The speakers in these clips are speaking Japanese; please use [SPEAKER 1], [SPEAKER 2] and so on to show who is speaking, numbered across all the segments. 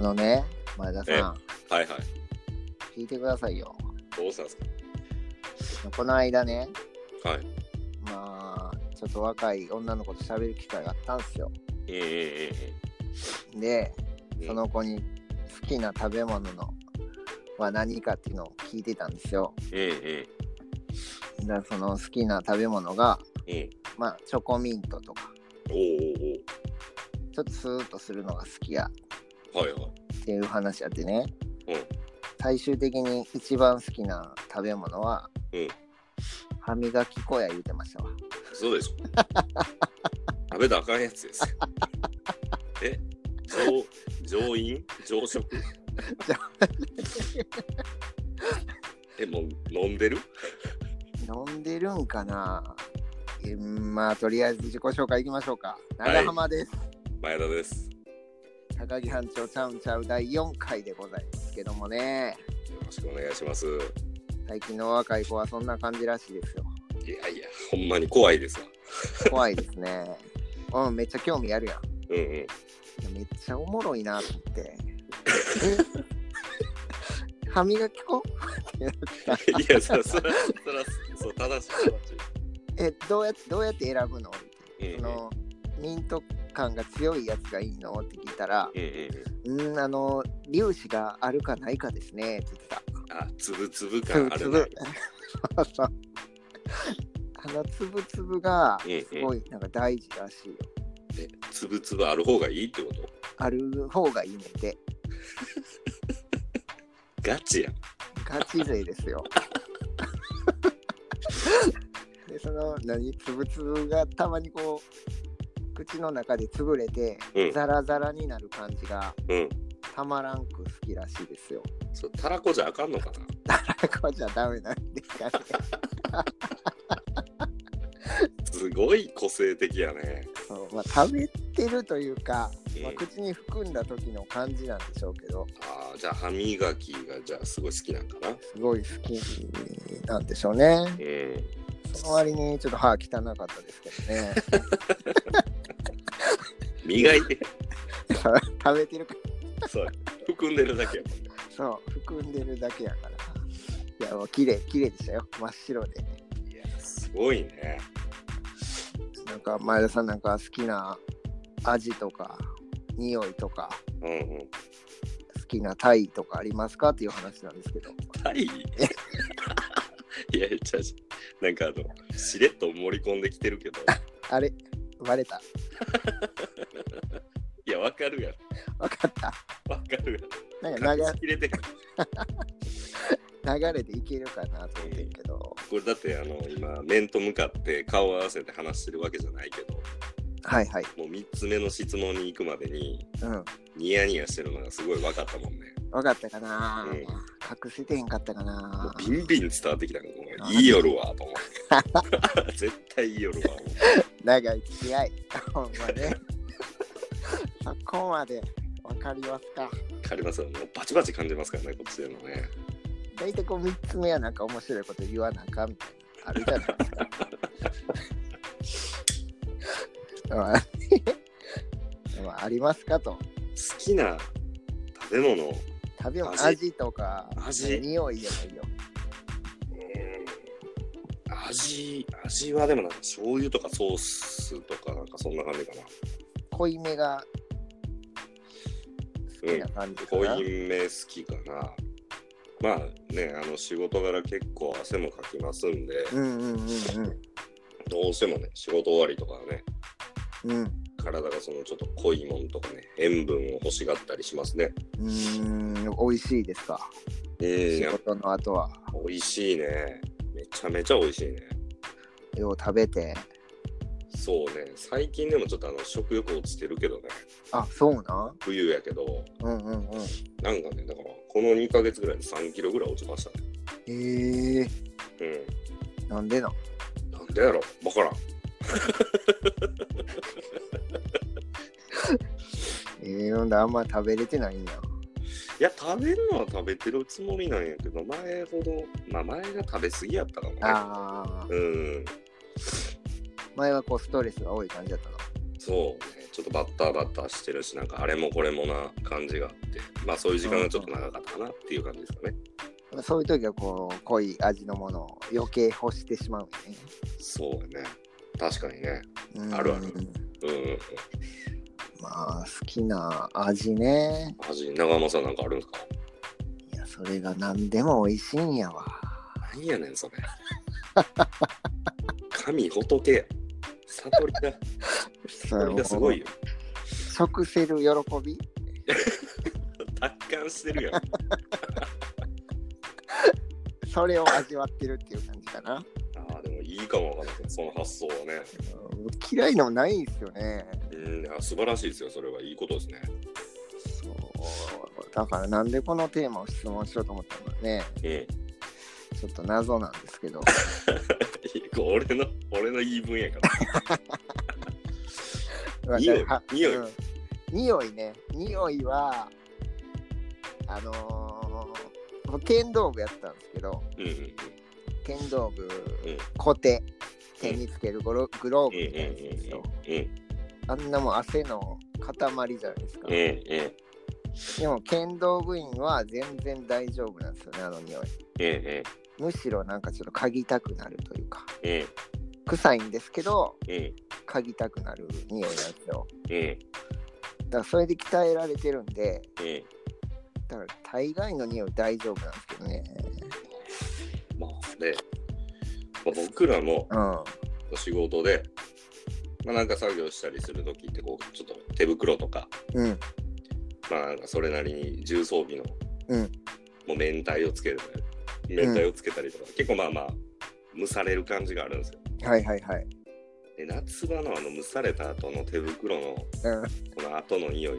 [SPEAKER 1] のね、前田さ
[SPEAKER 2] え
[SPEAKER 1] ん、
[SPEAKER 2] はいはい。
[SPEAKER 1] 聞いてくださいよ。
[SPEAKER 2] どうしたんです
[SPEAKER 1] この間ね、
[SPEAKER 2] かはい。
[SPEAKER 1] まあ、ちょっと若い女の子と喋る機会があったんですよ。
[SPEAKER 2] うんうん
[SPEAKER 1] で、
[SPEAKER 2] うんうん。
[SPEAKER 1] その子に好きな食べ物のは何かっていうのを聞いてたんですよ。
[SPEAKER 2] うんうん
[SPEAKER 1] だからその好きな食べ物が、
[SPEAKER 2] うん。
[SPEAKER 1] まあ、チョコミントとか、
[SPEAKER 2] おー
[SPEAKER 1] ちょっとスーッとするのが好きや
[SPEAKER 2] おーおーはいはい。
[SPEAKER 1] っていう話あってね、
[SPEAKER 2] うん
[SPEAKER 1] 最終的に一番好きな食べ物は、
[SPEAKER 2] うん
[SPEAKER 1] 歯磨き粉や言うてましたわ。
[SPEAKER 2] そうでしょ。食べたらあかんやつですよ。え上上院上食え、もう飲んでる
[SPEAKER 1] 飲んでるんかなえーまあとりあえず自己紹介いきましょうか
[SPEAKER 2] はい
[SPEAKER 1] 長浜です、
[SPEAKER 2] 前田です。
[SPEAKER 1] 高木班長ちゃうんちゃう第4回でございますけどもね
[SPEAKER 2] よろしくお願いします。
[SPEAKER 1] 最近の若い子はそんな感じらしいですよ
[SPEAKER 2] いやいや、ほんまに怖いですわ。
[SPEAKER 1] 怖いです ねうんめっちゃ興味あるやん
[SPEAKER 2] うんうん。
[SPEAKER 1] いやめっちゃおもろい なと思ってえ 歯磨き粉
[SPEAKER 2] いや、そら、そら、そら、そう、正しい。
[SPEAKER 1] えどうやってどうやって選ぶの
[SPEAKER 2] 正しい
[SPEAKER 1] そのミント感が強いやつがいいのって聞いたら
[SPEAKER 2] うんうんうんうん。
[SPEAKER 1] うん、あの、粒子があるかないかですね、って言ってた。
[SPEAKER 2] あ、つぶつぶ
[SPEAKER 1] つぶ
[SPEAKER 2] 感あ
[SPEAKER 1] つ
[SPEAKER 2] る
[SPEAKER 1] ぶ
[SPEAKER 2] ね。。
[SPEAKER 1] そうそう あのつぶつぶが
[SPEAKER 2] うんうん
[SPEAKER 1] すごいなんか大事らしいよ。
[SPEAKER 2] えつぶつぶある方がいいってこと
[SPEAKER 1] ある方がいいねんで、
[SPEAKER 2] ガチやん。
[SPEAKER 1] ガチ勢ですよ。 で、その何、つぶつぶがたまにこう、口の中で潰れて
[SPEAKER 2] うん、
[SPEAKER 1] ザラザラになる感じが
[SPEAKER 2] うん。
[SPEAKER 1] たまらんく好きらしいですよ。
[SPEAKER 2] そうたらこじゃあかんのかな
[SPEAKER 1] これじゃダメなんですかね。
[SPEAKER 2] すごい個性的やね。
[SPEAKER 1] そうまあ、食べてるというか、まあ、
[SPEAKER 2] うん
[SPEAKER 1] 口に含んだ時の感じなんでしょうけど
[SPEAKER 2] ああ、じゃあ歯磨きがじゃあすごい好きなんかな。
[SPEAKER 1] すごい好きなんでしょうね
[SPEAKER 2] うん。
[SPEAKER 1] その割にちょっと歯汚かったですけどね
[SPEAKER 2] 磨いて、
[SPEAKER 1] そう 食べてるか
[SPEAKER 2] そう。含んでるだけやもんね。
[SPEAKER 1] そう含んでるだけやからいやもう綺麗綺麗でしたよ真っ白で
[SPEAKER 2] いや、すごいね。
[SPEAKER 1] なんか前田さんなんか好きな味とか匂いとか
[SPEAKER 2] うんうん。
[SPEAKER 1] 好きなタイとかありますかっていう話なんですけど
[SPEAKER 2] タ イいや、ちゃうちゃうなんかあの、しれっと盛り込んできてるけど。
[SPEAKER 1] あれバレた
[SPEAKER 2] いや、わかるや
[SPEAKER 1] わかった
[SPEAKER 2] ろ。わかるや
[SPEAKER 1] なん
[SPEAKER 2] ろ。
[SPEAKER 1] か
[SPEAKER 2] 隠しきれてへん
[SPEAKER 1] 流れ流れでいけるかなと思ってるけど、
[SPEAKER 2] これだってあの今面と向かって顔を合わせて話してるわけじゃないけど
[SPEAKER 1] はいはい。
[SPEAKER 2] もう3つ目の質問に行くまでに
[SPEAKER 1] うん。
[SPEAKER 2] ニヤニヤしてるのがすごい分かったもんね
[SPEAKER 1] わかったかな、
[SPEAKER 2] うん
[SPEAKER 1] 隠せてへんかったか
[SPEAKER 2] もう
[SPEAKER 1] な
[SPEAKER 2] ビンビン伝わってきたからごめんいい夜はと思って絶対いい夜は思って
[SPEAKER 1] 長い付き合い。 ほんま ね。そこまでわかりますか。
[SPEAKER 2] わかりますよもうバチバチ感じますからねこっちでもね
[SPEAKER 1] 大体こう3つ目はなんか面白いこと言わなあかんみたいな。あるじゃないですか。 まあまあ、ありますかと。
[SPEAKER 2] 好きな食べ物う
[SPEAKER 1] 食べ物
[SPEAKER 2] 味
[SPEAKER 1] 味とか
[SPEAKER 2] 味
[SPEAKER 1] 匂いでもいいよ。
[SPEAKER 2] ーん味味はでもなんか醤油とかソースとかなんかそんな感じかな
[SPEAKER 1] 濃いめが好きな感じかな。
[SPEAKER 2] コイン目好きかな。まあね、あの仕事柄結構汗もかきますんで、
[SPEAKER 1] うんうんうんうん。
[SPEAKER 2] どうしてもね、仕事終わりとかはね、
[SPEAKER 1] うん
[SPEAKER 2] 体がそのちょっと濃いもんとかね、塩分を欲しがったりしますね。
[SPEAKER 1] うーん、美味しいですか。
[SPEAKER 2] うん、
[SPEAKER 1] 仕
[SPEAKER 2] やっ
[SPEAKER 1] 事の後は、
[SPEAKER 2] ぱ美味しいね。めちゃめちゃ美味しいね。
[SPEAKER 1] よう食べて。
[SPEAKER 2] そうね、最近でもちょっとあの食欲落ちてるけどね、
[SPEAKER 1] あ、そうなん。
[SPEAKER 2] 冬やけど、
[SPEAKER 1] うんうんうん。
[SPEAKER 2] なんかね、だからこの2ヶ月ぐらいで3キロぐらい落ちましたね。
[SPEAKER 1] ええ
[SPEAKER 2] う
[SPEAKER 1] なんでなん。
[SPEAKER 2] ん。なんでやろわからん。
[SPEAKER 1] ええなんであんま食べれてないんや。
[SPEAKER 2] いや、食べるのは食べてるつもりなんやけど、前ほど、まあ、前が食べ過ぎやったかもね。
[SPEAKER 1] ああ、
[SPEAKER 2] うん、
[SPEAKER 1] 前はこうストレスが多い感じだったの。
[SPEAKER 2] そうね。ちょっとバッターバッターしてるし、なんかあれもこれもな感じがあって、まあそういう時間がちょっと長かったかなっていう感じですかね。
[SPEAKER 1] そういう時はこう濃い味のものを余計欲してしまうよね
[SPEAKER 2] そうね。確かにね。
[SPEAKER 1] うん
[SPEAKER 2] あるあるうんうんうん。
[SPEAKER 1] まあ好きな味ね
[SPEAKER 2] 味、長山さんなんかあるんですか
[SPEAKER 1] いやそれが何でも美味しいんやわ
[SPEAKER 2] 何やねん、それ。神仏や。悟りだ。
[SPEAKER 1] そ
[SPEAKER 2] 悟りがすごいよ。
[SPEAKER 1] 食せる喜び
[SPEAKER 2] 達観してるやん。
[SPEAKER 1] それを味わってるっていう感じかな、
[SPEAKER 2] ああ、でもいいかもわかんない。その発想はね。
[SPEAKER 1] うん嫌いのないんですよね
[SPEAKER 2] うん、あ素晴らしいですよ。それはいいことですね。
[SPEAKER 1] そうだからなんでこのテーマを質問しようと思ったのかね
[SPEAKER 2] うん。
[SPEAKER 1] ちょっと謎なんですけど
[SPEAKER 2] 俺の、俺の言い分やから。 匂い
[SPEAKER 1] は
[SPEAKER 2] 匂い
[SPEAKER 1] うん匂いね匂いはあのー僕剣道部やったんですけど
[SPEAKER 2] うんうんうん。
[SPEAKER 1] 剣道部
[SPEAKER 2] うん
[SPEAKER 1] 小手手につけるグログローブみたいなやつですよ
[SPEAKER 2] う
[SPEAKER 1] あんなもん汗の塊じゃないですか、
[SPEAKER 2] んうんうん
[SPEAKER 1] でも剣道部員は全然大丈夫なんですよねあの匂い
[SPEAKER 2] うん
[SPEAKER 1] むしろなんかちょっと嗅ぎたくなるというか
[SPEAKER 2] うん
[SPEAKER 1] 臭いんですけど
[SPEAKER 2] うん
[SPEAKER 1] 嗅ぎたくなる匂いなんですよ
[SPEAKER 2] うん
[SPEAKER 1] だからそれで鍛えられてるんで
[SPEAKER 2] うん
[SPEAKER 1] だから大概の匂い大丈夫なんですけどね
[SPEAKER 2] まあで、まあ、僕らも
[SPEAKER 1] うん
[SPEAKER 2] 仕事で、まあ、なんか作業したりするときってこうちょっと手袋とか,、
[SPEAKER 1] うん
[SPEAKER 2] まあ、なんかそれなりに重装備の、
[SPEAKER 1] うん
[SPEAKER 2] もう面体をつける面体をつけたりとか、結構まあまあ蒸される感じがあるんですよ。
[SPEAKER 1] はいはいはい
[SPEAKER 2] で夏場のあの蒸された後の手袋のこ
[SPEAKER 1] うん
[SPEAKER 2] の後の匂いは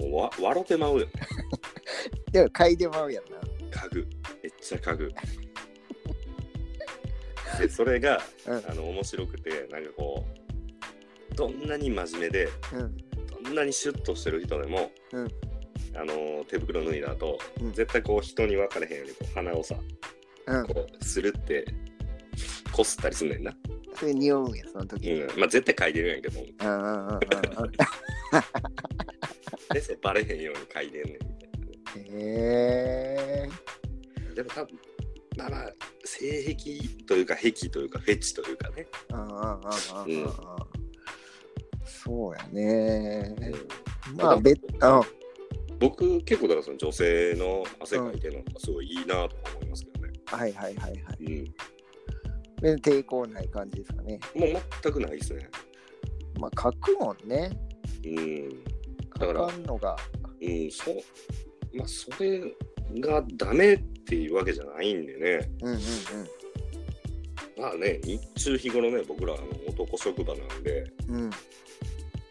[SPEAKER 1] うん
[SPEAKER 2] もうわ笑てまうよね
[SPEAKER 1] でも嗅いでまうやんな
[SPEAKER 2] 家具めっちゃ 家具でそれが、
[SPEAKER 1] うん
[SPEAKER 2] あの面白くてなんかこうどんなに真面目で
[SPEAKER 1] うん
[SPEAKER 2] どんなにシュッとしてる人でも、
[SPEAKER 1] うん
[SPEAKER 2] あのー手袋脱いだ後、
[SPEAKER 1] うん
[SPEAKER 2] 絶対こう人に分かれへんようにこう鼻をさ
[SPEAKER 1] うん
[SPEAKER 2] こうするってこすったりすんねんな、
[SPEAKER 1] それ匂うんやその時
[SPEAKER 2] うんまあ、絶対嗅いでるんやけど
[SPEAKER 1] うんうんうんうんうん
[SPEAKER 2] でそうバレへんように嗅いでんねんみたいなね
[SPEAKER 1] へえ
[SPEAKER 2] でも多分まあまあ性癖というか癖というかフェチというかね、
[SPEAKER 1] うんうんうんうんうんう
[SPEAKER 2] うん
[SPEAKER 1] んそうやね
[SPEAKER 2] うん
[SPEAKER 1] まあ別うん
[SPEAKER 2] 僕結構だからその女性の汗かいてるのがすごいいいなとか思いますけどね、
[SPEAKER 1] はいはいはいはい。
[SPEAKER 2] うん
[SPEAKER 1] 別に抵抗ない感じですかね。
[SPEAKER 2] もう全くないですね
[SPEAKER 1] まあ、書くもんね。
[SPEAKER 2] うん
[SPEAKER 1] 書
[SPEAKER 2] だから
[SPEAKER 1] かんのが。
[SPEAKER 2] うんそうまあそれがダメっていうわけじゃないんでね
[SPEAKER 1] うんうんうん。
[SPEAKER 2] まあね日中日頃ね僕らあの男職場なんで
[SPEAKER 1] うん、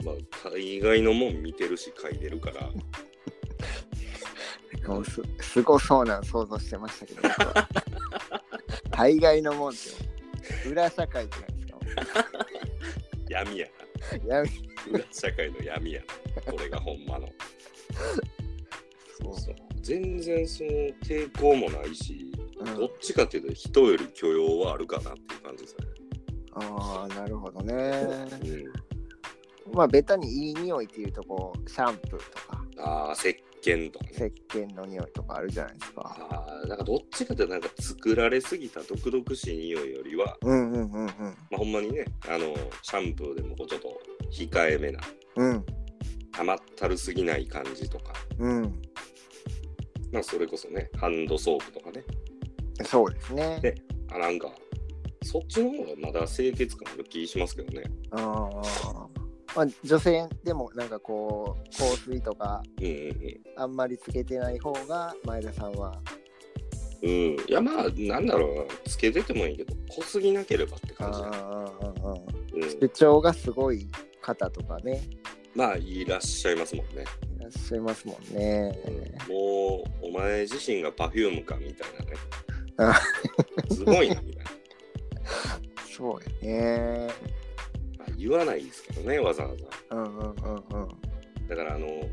[SPEAKER 2] まあ大概のもん見てるし嗅いでる から
[SPEAKER 1] もうすすごそうなの想像してましたけど僕 は大概のもんですよ裏社会じゃないですか
[SPEAKER 2] 闇や
[SPEAKER 1] いや
[SPEAKER 2] な裏社会の闇やなこれがほんまの
[SPEAKER 1] そう
[SPEAKER 2] そう全然その抵抗もないし、
[SPEAKER 1] うん
[SPEAKER 2] どっちかっていうと人より許容はあるかなっていう感じですね。
[SPEAKER 1] ああなるほどね
[SPEAKER 2] うん、
[SPEAKER 1] まあベタにいい匂いっていうとこシャンプーとか
[SPEAKER 2] ああ石鹸とかね。
[SPEAKER 1] 石鹸の匂いとかあるじゃないですか
[SPEAKER 2] ああなんかどっちかっていうとなんか作られすぎた毒々しい匂いよりは、
[SPEAKER 1] うんうんうんうん
[SPEAKER 2] まあ、ほんまにねあのシャンプーでもこうちょっと控えめな
[SPEAKER 1] うん
[SPEAKER 2] 甘ったるすぎない感じとか、
[SPEAKER 1] うん
[SPEAKER 2] まあ、それこそねハンドソープとかね
[SPEAKER 1] そうですね
[SPEAKER 2] であなんかそっちの方がまだ清潔感ある気しますけどね。
[SPEAKER 1] あーまあ女性でもなんかこう香水とか
[SPEAKER 2] うんうんうん
[SPEAKER 1] あんまりつけてない方が前田さんは
[SPEAKER 2] うん、いやまあなんだろうなつけててもいいけど濃すぎなければって感じだ、
[SPEAKER 1] あー
[SPEAKER 2] うん
[SPEAKER 1] 主張がすごい方とかね
[SPEAKER 2] まあいらっしゃいますもんね、
[SPEAKER 1] いらっしゃいますもんね、
[SPEAKER 2] もうお前自身がパフュームかみたいなね
[SPEAKER 1] あ
[SPEAKER 2] すごいなみたいな、
[SPEAKER 1] そうやね
[SPEAKER 2] まあ、言わないですけどねわざわざ
[SPEAKER 1] うんうんうんうん
[SPEAKER 2] だからあの例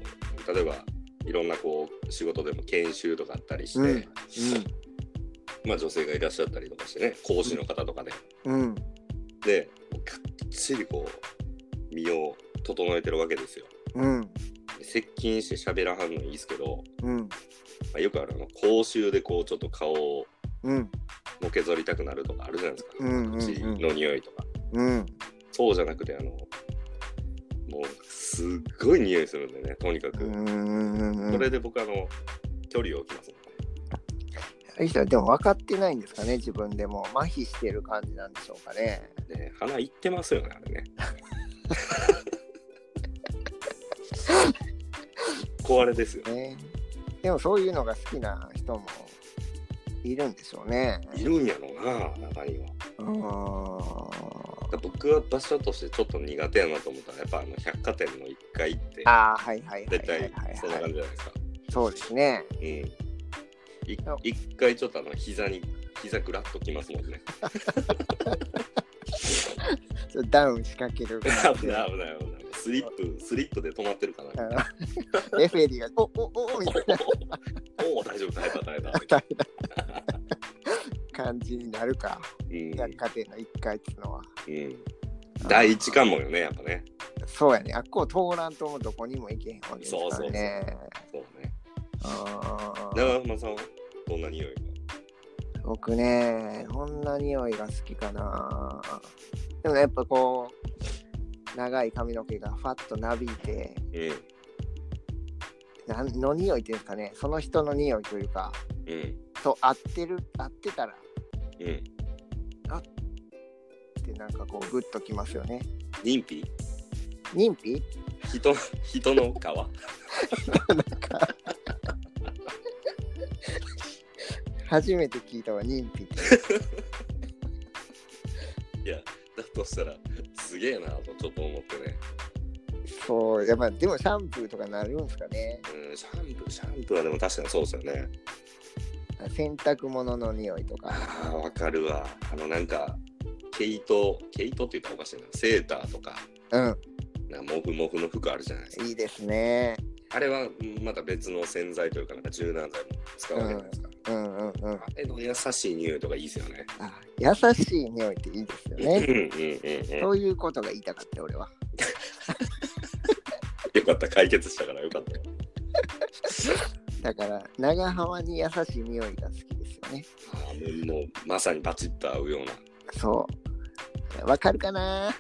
[SPEAKER 2] えばいろんなこう仕事でも研修とかあったりして、
[SPEAKER 1] うん
[SPEAKER 2] まあ女性がいらっしゃったりとかしてね講師の方とかで、
[SPEAKER 1] うんうん
[SPEAKER 2] でもうがっちりこう身を整えてるわけですよ。
[SPEAKER 1] うん。
[SPEAKER 2] 接近して喋らはんのいいですけど、
[SPEAKER 1] うん。
[SPEAKER 2] まあ、よくあるあの口臭でこうちょっと顔を
[SPEAKER 1] うん。
[SPEAKER 2] のけぞりたくなるとかあるじゃないですか、
[SPEAKER 1] うんうんうん
[SPEAKER 2] 口の匂いとか
[SPEAKER 1] うん。
[SPEAKER 2] そうじゃなくてあのもうすっごい匂いするんでねとにかく、
[SPEAKER 1] うん。
[SPEAKER 2] それで僕あの距離を置きますもんね
[SPEAKER 1] あの人はでも分かってないんですかね、自分でも。麻痺してる感じなんでしょうかね。
[SPEAKER 2] で鼻いってますよねあれ ね壊れですよ
[SPEAKER 1] ねでもそういうのが好きな人もいるんでしょうね。
[SPEAKER 2] いるんやろな中には
[SPEAKER 1] うーん
[SPEAKER 2] だ僕は場所としてちょっと苦手やなと思ったらやっぱあの百貨店の1階って
[SPEAKER 1] ああ、はいはいはい
[SPEAKER 2] 絶
[SPEAKER 1] はい
[SPEAKER 2] 対
[SPEAKER 1] はい、
[SPEAKER 2] そんな
[SPEAKER 1] は
[SPEAKER 2] 感
[SPEAKER 1] い。
[SPEAKER 2] じじゃないですか
[SPEAKER 1] そうですね。
[SPEAKER 2] うんい一回ちょっとあの膝に膝グラッときますも んね。
[SPEAKER 1] ちょっとダウン仕掛ける
[SPEAKER 2] 危
[SPEAKER 1] 感
[SPEAKER 2] ない危
[SPEAKER 1] じ
[SPEAKER 2] な
[SPEAKER 1] で。
[SPEAKER 2] い危ない。スリップスリップで止まってるか
[SPEAKER 1] あ
[SPEAKER 2] な。
[SPEAKER 1] のレフェリーが、おおおみたいな
[SPEAKER 2] おお大丈夫耐えた耐えた。
[SPEAKER 1] 感じになるか、
[SPEAKER 2] うん
[SPEAKER 1] 百貨店の1階っていうのは。
[SPEAKER 2] うん。第一関門よねやっぱね。
[SPEAKER 1] そうやね。あっこう通らんともどこにも行けへんわけですからね。
[SPEAKER 2] そうね。
[SPEAKER 1] あー
[SPEAKER 2] 長浜さんはどんな匂いが？
[SPEAKER 1] 僕ね、こんな匂いが好きかな。でもやっぱこう、長い髪の毛がファッとなびいて、
[SPEAKER 2] う
[SPEAKER 1] なんの匂いっていうんですかね、その人の匂いというか、
[SPEAKER 2] んうん
[SPEAKER 1] と合ってる、合ってたら
[SPEAKER 2] うん。
[SPEAKER 1] ってなんかこう、グッときますよね。
[SPEAKER 2] 妊婦？
[SPEAKER 1] 妊婦
[SPEAKER 2] 人 人の皮？
[SPEAKER 1] 初めて聞いたわ、妊婦って。
[SPEAKER 2] いやだとしたらすげえなとちょっと思ってね。
[SPEAKER 1] そう、やっぱでもシャンプーとかなるんですかね。
[SPEAKER 2] うんシャンプーシャンプーはでも確かにそうですよね。
[SPEAKER 1] 洗濯物の匂いとか。
[SPEAKER 2] ああ、わかるわ。あの、なんか、毛糸、毛糸って言ったらおかしいな。セーターとか、
[SPEAKER 1] うん、
[SPEAKER 2] なんかモフモフの服あるじゃないですか。
[SPEAKER 1] いいですね。
[SPEAKER 2] あれはうんまた別の洗剤というか、なんか柔軟剤も使うわけじゃないですか。
[SPEAKER 1] うんうんうん。
[SPEAKER 2] あれの優しい匂いとかいいですよね。
[SPEAKER 1] あ優しい匂いっていいですよ
[SPEAKER 2] うんうん
[SPEAKER 1] ね。
[SPEAKER 2] うんう
[SPEAKER 1] そういうことが言いたかった、俺は。
[SPEAKER 2] ん。よかった、解決したからよかった。
[SPEAKER 1] だから、長浜に優しい匂いが好きですよね。
[SPEAKER 2] あーもうもうまさにバチッと合うような。
[SPEAKER 1] そう。わかるかな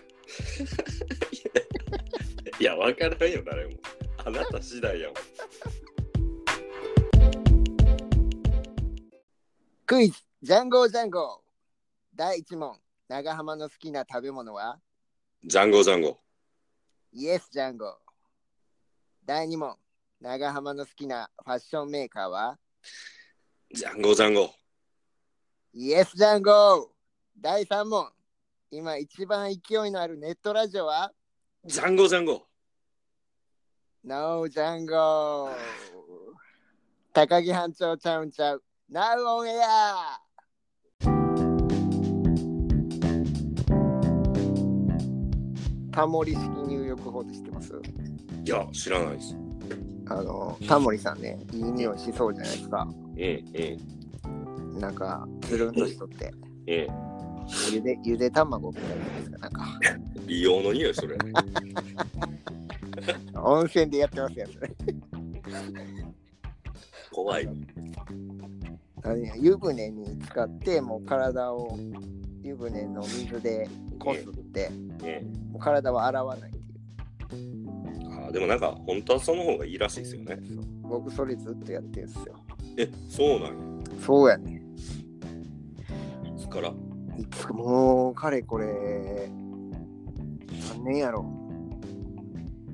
[SPEAKER 1] い
[SPEAKER 2] や、わからんよ、誰も。あなた次第やもん。
[SPEAKER 1] クイズ、ジャンゴージャンゴー。第1問、長浜の好きな食べ物は
[SPEAKER 2] ジャンゴジャンゴ。
[SPEAKER 1] イエスジャンゴー。第2問、長浜の好きなファッションメーカーは
[SPEAKER 2] ジャンゴジャンゴ。
[SPEAKER 1] イエスジャンゴー。第3問、今一番勢いのあるネットラジオは
[SPEAKER 2] ジャンゴジャンゴ。
[SPEAKER 1] ノージャンゴー。高木班長ちゃうんちゃう。ナウオンエアタモリ式入浴法って知ってます
[SPEAKER 2] いや、知らないです。
[SPEAKER 1] あの、タモリさんね、いい匂いしそうじゃないですか。
[SPEAKER 2] うんうん
[SPEAKER 1] なんか、つるんとしとって。
[SPEAKER 2] うん。
[SPEAKER 1] ゆで、ゆで卵みたいなやつがなんか、
[SPEAKER 2] 美容の匂いするやん
[SPEAKER 1] 温泉でやってますやつ。
[SPEAKER 2] 怖い
[SPEAKER 1] あれね湯船に使って、もう体を湯船の水でこすって、
[SPEAKER 2] ね
[SPEAKER 1] もう体は洗わないっていう。
[SPEAKER 2] あーでもなんか本当はその方がいいらしいですよね
[SPEAKER 1] 僕それずっとやってるんですよ。
[SPEAKER 2] えそうなん
[SPEAKER 1] そうやね。
[SPEAKER 2] やいつから
[SPEAKER 1] いつかもう、かれこれ、何年やろ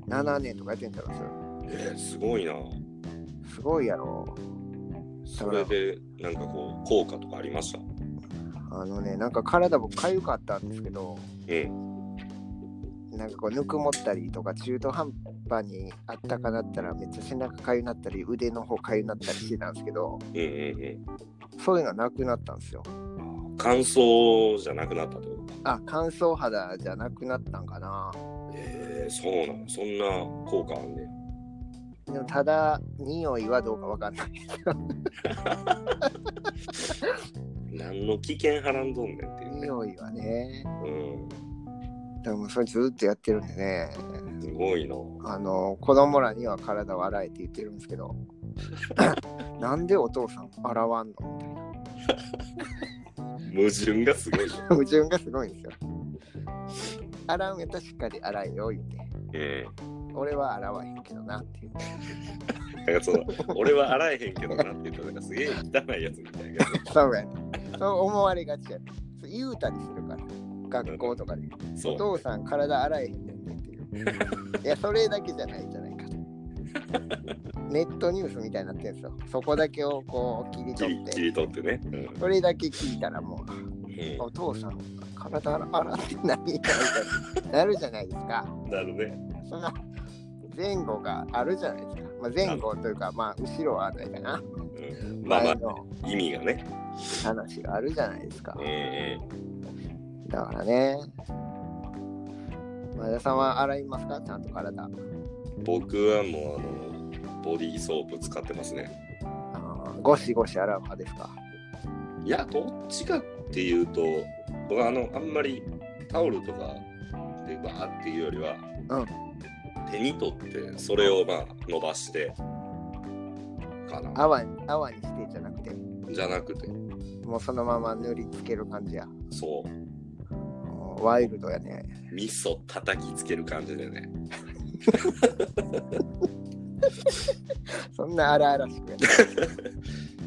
[SPEAKER 1] ?7 年とかやってんじゃない
[SPEAKER 2] えーすごいな
[SPEAKER 1] ですすごいやろ。
[SPEAKER 2] それでなんかこう効果とかありました
[SPEAKER 1] あのね、なんか体僕痒かったんですけど、
[SPEAKER 2] うん
[SPEAKER 1] なんかこうぬくもったりとか中途半端にあったかなったらめっちゃ背中痒なったり腕の方痒なったりしてたんですけど、
[SPEAKER 2] うんうん
[SPEAKER 1] そういうのはなくなったんですよ。
[SPEAKER 2] うん乾燥じゃなくなったってこと
[SPEAKER 1] あ、乾燥肌じゃなくなったんかな。
[SPEAKER 2] えー、そうなんやそんな効果あんねや
[SPEAKER 1] でもただ、匂いはどうかわかんない。
[SPEAKER 2] 何の危険はらんどんねんっていうね
[SPEAKER 1] 匂いはね。
[SPEAKER 2] うん
[SPEAKER 1] でもそれずっとやってるんでね、
[SPEAKER 2] すごいな。
[SPEAKER 1] あの子供らには体を洗えって言ってるんですけど、なんでお父さん洗わんの みたいな。
[SPEAKER 2] 矛盾がすごいな。
[SPEAKER 1] 矛盾がすごいんですよ。洗うんやったらしっかり洗いよ、言って。
[SPEAKER 2] うん。
[SPEAKER 1] 俺は洗わへんけどなっていう。
[SPEAKER 2] なんかその、俺は洗えへんけどなって言ったら、なんかすげえ汚いやつみたいな。
[SPEAKER 1] そうやね。そう思われがちやね。そう言うたりするから、学校とかで。
[SPEAKER 2] そ
[SPEAKER 1] お
[SPEAKER 2] う。
[SPEAKER 1] 父さん体洗えへんねんねっていう。いや、それだけじゃないんじゃないかと。ネットニュースみたいになってるんですよ。そこだけをこう切り
[SPEAKER 2] 切
[SPEAKER 1] 取
[SPEAKER 2] り
[SPEAKER 1] っ
[SPEAKER 2] 切
[SPEAKER 1] て。
[SPEAKER 2] り取ってね。うん。
[SPEAKER 1] それだけ聞いたらも
[SPEAKER 2] うん
[SPEAKER 1] う、お父さん、体洗ってないみたいになるじゃないですか。
[SPEAKER 2] なるね。
[SPEAKER 1] その前後があるじゃないですか。まあ、前後というか、まあ、後ろはないかな。
[SPEAKER 2] うん、まあま
[SPEAKER 1] 前
[SPEAKER 2] あ、
[SPEAKER 1] の
[SPEAKER 2] 意味がね。
[SPEAKER 1] 話があるじゃないですか
[SPEAKER 2] うん。うん。
[SPEAKER 1] だからね。前田さんは洗いますかちゃんと体。あ
[SPEAKER 2] 僕はもう、あの、ボディーソープ使ってますね。
[SPEAKER 1] ーゴシゴシ洗う派ですか
[SPEAKER 2] いや、どっちかっていうと、僕はあの、あんまりタオルとかでバーっていうよりは、
[SPEAKER 1] うん
[SPEAKER 2] 手に取って、それをまあ、伸ばして、かな。
[SPEAKER 1] 泡に泡にしてじゃなくて、
[SPEAKER 2] じゃなくて、
[SPEAKER 1] もうそのまま塗りつける感じや。
[SPEAKER 2] そう。
[SPEAKER 1] もうワイルドやね。
[SPEAKER 2] 味噌叩きつける感じでね。
[SPEAKER 1] そんな荒々しくやね。
[SPEAKER 2] や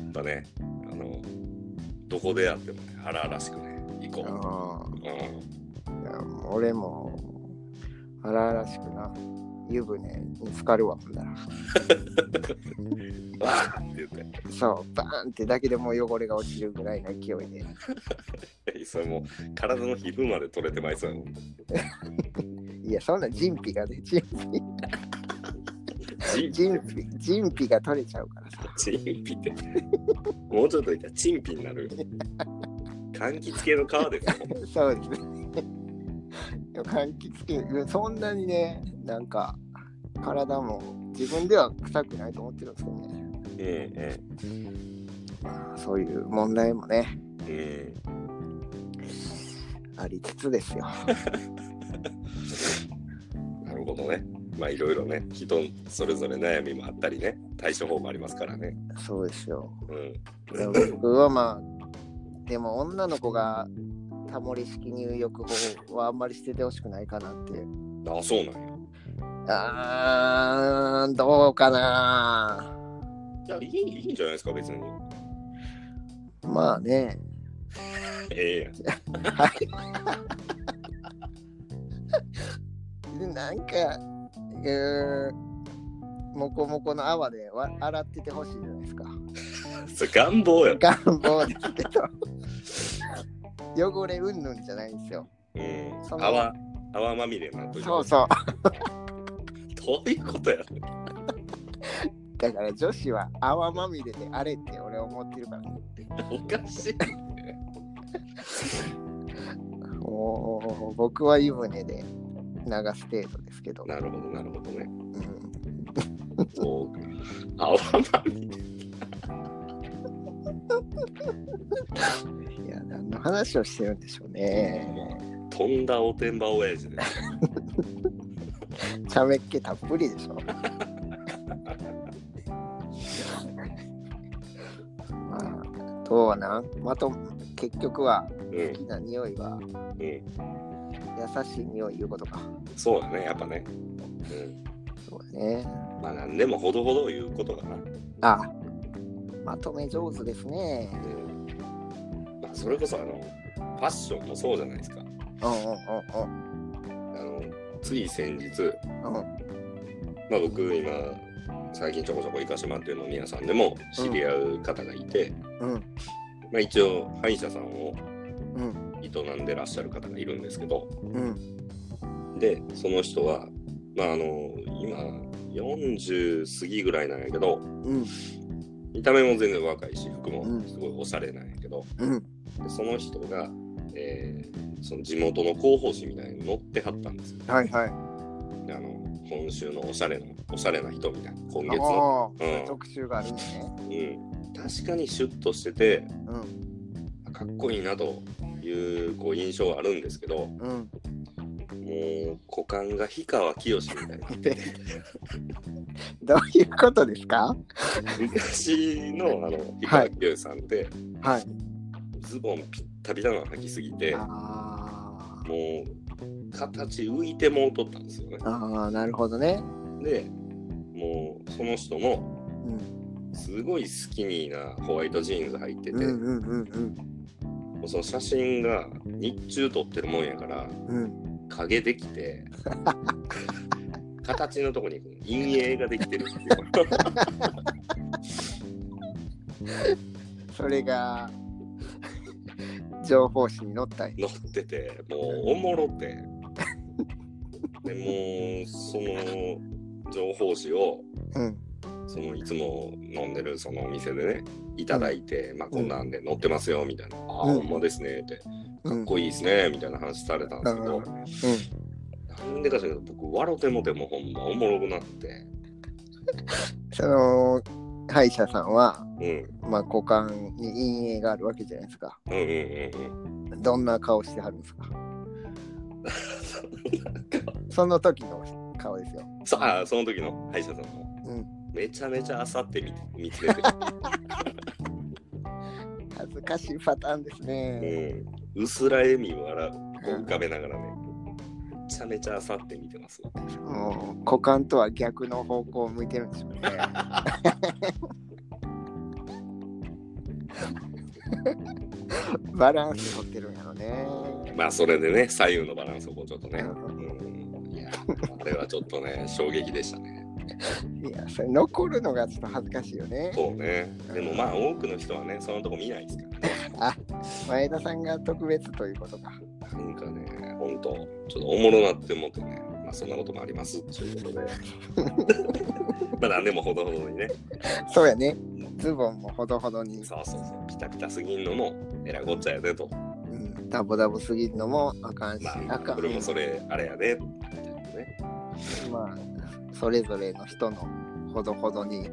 [SPEAKER 2] っぱね、あの、どこであってもね、荒々しくね、行こう。
[SPEAKER 1] う
[SPEAKER 2] うん
[SPEAKER 1] んいやもう俺も荒々しくな。湯船に浸かるわ、ほんだら。。
[SPEAKER 2] わーって言っ
[SPEAKER 1] そう、バーンってだけでもう汚れが落ちるぐらいの勢いで。
[SPEAKER 2] て、 それもう体の皮膚まで取れてまいそうやもん。
[SPEAKER 1] いや、そんな人皮がね、人
[SPEAKER 2] チン
[SPEAKER 1] 人皮人皮が取れちゃうからさ。
[SPEAKER 2] チンピって。もうちょっといったらチン ピになるよ。柑橘系の皮ですよ。
[SPEAKER 1] そうですね。いや柑橘系、いやそんなにね、なんか、体も自分では臭くないと思ってるんですけどね。
[SPEAKER 2] うんう
[SPEAKER 1] まあそういう問題もね、
[SPEAKER 2] ん。うん。
[SPEAKER 1] ありつつですよ。
[SPEAKER 2] なるほどね。まあいろいろね、人それぞれ悩みもあったりね、対処法もありますからね。
[SPEAKER 1] そうですよ。
[SPEAKER 2] うん。
[SPEAKER 1] いや僕はまあ、でも女の子がタモリ式入浴法はあんまりしててほしくないかなって。
[SPEAKER 2] あ、そうなんや。
[SPEAKER 1] あー、どうかない
[SPEAKER 2] や、いいいいんじゃないですか、別に。
[SPEAKER 1] まあね。
[SPEAKER 2] ええやん
[SPEAKER 1] でなんか、えー、もこもこの泡でわ洗っててほしいじゃないですか。
[SPEAKER 2] それ願望やろ。
[SPEAKER 1] 願望ですけど。汚れうんぬんじゃないんですよ。
[SPEAKER 2] うん。
[SPEAKER 1] その
[SPEAKER 2] 泡、泡まみれになっといて
[SPEAKER 1] そうそう。
[SPEAKER 2] どういうことやろ。
[SPEAKER 1] だから女子は泡まみれであれって俺は思ってるから、ね。
[SPEAKER 2] おかしい。
[SPEAKER 1] もう僕は湯船で流す程度ですけど。
[SPEAKER 2] なるほど、なるほどね。
[SPEAKER 1] うん、
[SPEAKER 2] そうか。泡まみれ。
[SPEAKER 1] いや、何の話をしてるんでしょうね。
[SPEAKER 2] 飛んだおてんば親父で。
[SPEAKER 1] ちゃめっ気たっぷりでしょ。まあ、どうなんまと結局は
[SPEAKER 2] う
[SPEAKER 1] 好
[SPEAKER 2] ん、
[SPEAKER 1] きな匂いは
[SPEAKER 2] うん。
[SPEAKER 1] 優しい匂いいうことか。
[SPEAKER 2] そうだね、やっぱね。うん。
[SPEAKER 1] そうだね。
[SPEAKER 2] まあ、なんでもほどほど言うことだな。
[SPEAKER 1] あまとめ上手ですね。
[SPEAKER 2] うん。まあ、それこそ、あの、ファッションもそうじゃないですか。
[SPEAKER 1] うんうん
[SPEAKER 2] あの、つい先日、
[SPEAKER 1] うんうん。うん
[SPEAKER 2] まあ、僕今最近ちょこちょこ行かしてもらってる飲み屋さんでも知り合う方がいて、
[SPEAKER 1] うん
[SPEAKER 2] まあ、一応歯医者さんを
[SPEAKER 1] うん
[SPEAKER 2] 営んでらっしゃる方がいるんですけど
[SPEAKER 1] うん
[SPEAKER 2] でその人は、まあ、あの今40過ぎぐらいなんやけど
[SPEAKER 1] うん
[SPEAKER 2] 見た目も全然若いし服も
[SPEAKER 1] うん
[SPEAKER 2] すごいおしゃれなんやけど、
[SPEAKER 1] うん。
[SPEAKER 2] でその人が、えーその地元の広報誌みたいに載ってはったんですよ。
[SPEAKER 1] はいはい。
[SPEAKER 2] であの今週のおしゃれのおしゃれな人みたいな今月の、
[SPEAKER 1] ああ、
[SPEAKER 2] うん
[SPEAKER 1] 特集があるんでね。
[SPEAKER 2] うん、確かにシュッとしてて
[SPEAKER 1] うん
[SPEAKER 2] かっこいいなというこう印象はあるんですけど
[SPEAKER 1] うん
[SPEAKER 2] もう股間が氷川きよしみ たいな
[SPEAKER 1] どういうことですか
[SPEAKER 2] 昔のあの氷川きよしさんって、
[SPEAKER 1] はい。
[SPEAKER 2] ズボンぴったりだの履きすぎても
[SPEAKER 1] あ
[SPEAKER 2] う形浮いてもうとったんですよね
[SPEAKER 1] ーあー、なるほどね。
[SPEAKER 2] でもうその人も
[SPEAKER 1] うん。
[SPEAKER 2] すごいスキニーなホワイトジーンズ履いてて、
[SPEAKER 1] うんうんうん
[SPEAKER 2] もうその写真が日中撮ってるもんやから
[SPEAKER 1] うん。うん。
[SPEAKER 2] 影できて形のとこに陰影が できてるっていう
[SPEAKER 1] それが、情報誌に載ったんや
[SPEAKER 2] 乗っててもうおもろてでもうその情報誌を
[SPEAKER 1] うん。
[SPEAKER 2] そのいつも飲んでるそのお店でねいただいて、まあこんなんで乗ってますよみたいな「ああ
[SPEAKER 1] うん
[SPEAKER 2] ほんまですね」って「
[SPEAKER 1] う
[SPEAKER 2] かっ
[SPEAKER 1] ん。
[SPEAKER 2] こいいですね」みたいな話されたんですけど、
[SPEAKER 1] うん
[SPEAKER 2] なんでかしらんけど僕笑てもてもほんまおもろくなって
[SPEAKER 1] その、歯医者さんは、
[SPEAKER 2] うん
[SPEAKER 1] まあ、股間に陰影があるわけじゃないですか。
[SPEAKER 2] うんうんうんうん
[SPEAKER 1] どんな顔してはるんです かその時の顔ですよ。
[SPEAKER 2] さあその時の歯医者さんも、
[SPEAKER 1] うん
[SPEAKER 2] めちゃめちゃあさって見て見つめて
[SPEAKER 1] 恥ずかしいパターンですね。
[SPEAKER 2] る、うん、薄ら笑みを笑うこう浮かべながらねめちゃめちゃあさって見てます
[SPEAKER 1] もう股間とは逆の方向を向いてるんでしょうね。バランス取ってるんやろね。
[SPEAKER 2] まあそれでね左右のバランスをこうちょっとね、
[SPEAKER 1] う
[SPEAKER 2] うん、いやあれはちょっとね衝撃でしたね
[SPEAKER 1] いや、それ残るのがちょっと恥ずかしいよね。
[SPEAKER 2] そうねでもまあ多くの人はねそのとこ見ないですからね
[SPEAKER 1] 前田さんが特別ということか。
[SPEAKER 2] なんかねほんとちょっとおもろなって思ってねまあそんなこともありますということで まあ何でもほどほどにね
[SPEAKER 1] そうやね。ズボンもほどほどに、
[SPEAKER 2] そうそうそう、ピタピタすぎんのも、えらいこっちゃやでと。
[SPEAKER 1] うん、ダボダボすぎるのもあかんし、
[SPEAKER 2] ま
[SPEAKER 1] あか
[SPEAKER 2] あ、
[SPEAKER 1] ん
[SPEAKER 2] これもそれ、あれやで、みたいなね。
[SPEAKER 1] まあ、それぞれの人のほどほどに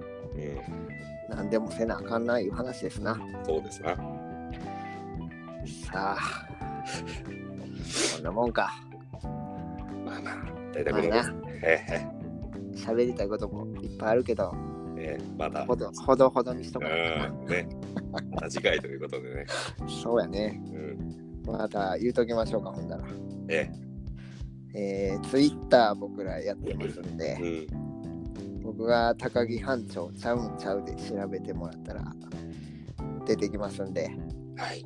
[SPEAKER 1] 何でもせなあかんないいう話ですな。
[SPEAKER 2] うん、そうですな。
[SPEAKER 1] さあ、こんなもんか。
[SPEAKER 2] まあまあ、大体この、
[SPEAKER 1] まあ
[SPEAKER 2] ええ
[SPEAKER 1] 喋りたいこともいっぱいあるけど、
[SPEAKER 2] ええまた、
[SPEAKER 1] ほどほどほどにしと
[SPEAKER 2] う
[SPEAKER 1] こう。
[SPEAKER 2] ん、ね。また次回ということでね。
[SPEAKER 1] そうやね。
[SPEAKER 2] うん、
[SPEAKER 1] また言うときましょうか、ほんだら。
[SPEAKER 2] え
[SPEAKER 1] えー、ツイッター僕らやってますん
[SPEAKER 2] え、
[SPEAKER 1] で、
[SPEAKER 2] うん、
[SPEAKER 1] 僕が高木班長ちゃうんちゃうで調べてもらったら出てきますんで、
[SPEAKER 2] はい。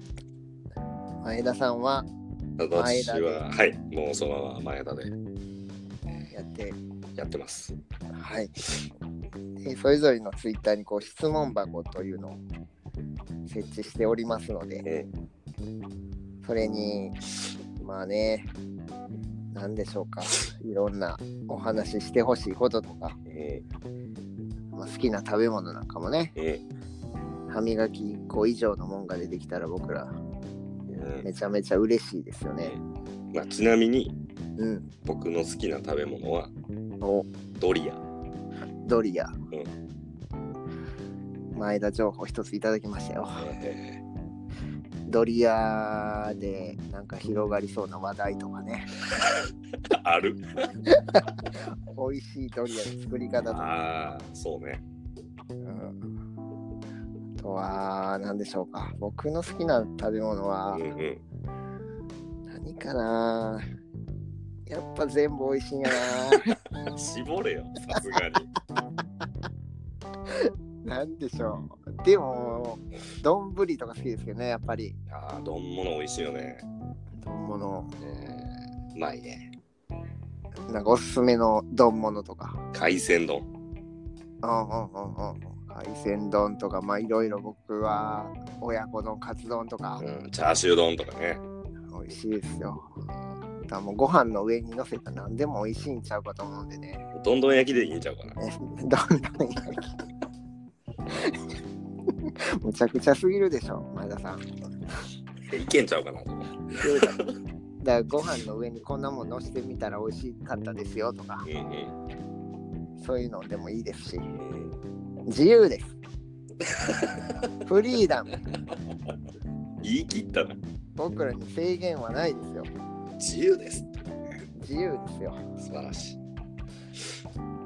[SPEAKER 1] 前田さんは前
[SPEAKER 2] 私
[SPEAKER 1] 田で
[SPEAKER 2] は、はい、もうそのまま前田で
[SPEAKER 1] やって
[SPEAKER 2] やってます。
[SPEAKER 1] はい、えーそれぞれのツイッターにこう質問箱というのを設置しておりますので、
[SPEAKER 2] え
[SPEAKER 1] それに、まあね、なんでしょうか、いろんなお話ししてほしいこととか、
[SPEAKER 2] え、
[SPEAKER 1] まあ、好きな食べ物なんかもね、
[SPEAKER 2] うん、う
[SPEAKER 1] 歯磨き1個以上のもんが出てきたら僕ら
[SPEAKER 2] ん、
[SPEAKER 1] めちゃめちゃ嬉しいですよね。
[SPEAKER 2] うん。まあ、ちなみに、
[SPEAKER 1] うん。
[SPEAKER 2] 僕の好きな食べ物は
[SPEAKER 1] お
[SPEAKER 2] ドリ ア。
[SPEAKER 1] ドリア。前田情報一ついただきましたよ。
[SPEAKER 2] え
[SPEAKER 1] ドリアでなんか広がりそうな話題とかね。
[SPEAKER 2] え、ある。
[SPEAKER 1] 美味しいドリアの作り方とか、
[SPEAKER 2] ああ、そうね。
[SPEAKER 1] うんあとは何でしょうか僕の好きな食べ物
[SPEAKER 2] う
[SPEAKER 1] は
[SPEAKER 2] ん、うん。
[SPEAKER 1] 何かなやっぱ全部美味しいんや
[SPEAKER 2] 絞れよ、さすが に。
[SPEAKER 1] な 何でしょうでも丼とか好きですけどねやっぱり
[SPEAKER 2] ああ、丼物美味しいよね。
[SPEAKER 1] 丼物
[SPEAKER 2] えー、うまいね。
[SPEAKER 1] なんかおすすめの丼物とか
[SPEAKER 2] 海鮮丼。
[SPEAKER 1] うんうんうんうん海鮮丼とかまあいろいろ僕は親子丼カツ丼とか
[SPEAKER 2] うん、チャーシュー丼とかね。
[SPEAKER 1] 美味しいですよだからもうご飯の上にのせたら何でも美味しいんちゃうかと思うんでね
[SPEAKER 2] どんどん焼きでいいんちゃうかな。
[SPEAKER 1] えどんどん焼き。むちゃくちゃすぎるでしょ、前田さん。
[SPEAKER 2] えいけんちゃうかなと思う。
[SPEAKER 1] だからご飯の上にこんなもん乗してみたら美味しかったですよとか、
[SPEAKER 2] うん
[SPEAKER 1] そういうのでもいいですし、
[SPEAKER 2] うん。
[SPEAKER 1] 自由です。フリーダム。
[SPEAKER 2] 言い切ったら
[SPEAKER 1] 僕らに制限はないですよ。
[SPEAKER 2] 自由です。
[SPEAKER 1] 自由ですよ。
[SPEAKER 2] 素晴らしい。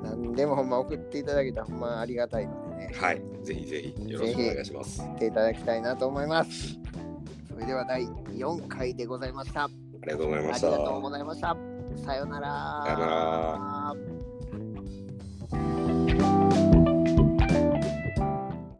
[SPEAKER 1] 何でもほんま送っていただけたらほんまありがたいのでね、
[SPEAKER 2] はい。ぜひぜひよろしくお願いします。あ
[SPEAKER 1] 送っていただきたいなと思います。それでは第4回でございました。あ
[SPEAKER 2] りがとうござい
[SPEAKER 1] り
[SPEAKER 2] ま
[SPEAKER 1] が
[SPEAKER 2] した。
[SPEAKER 1] とうございました。さようなら。
[SPEAKER 2] さようなら。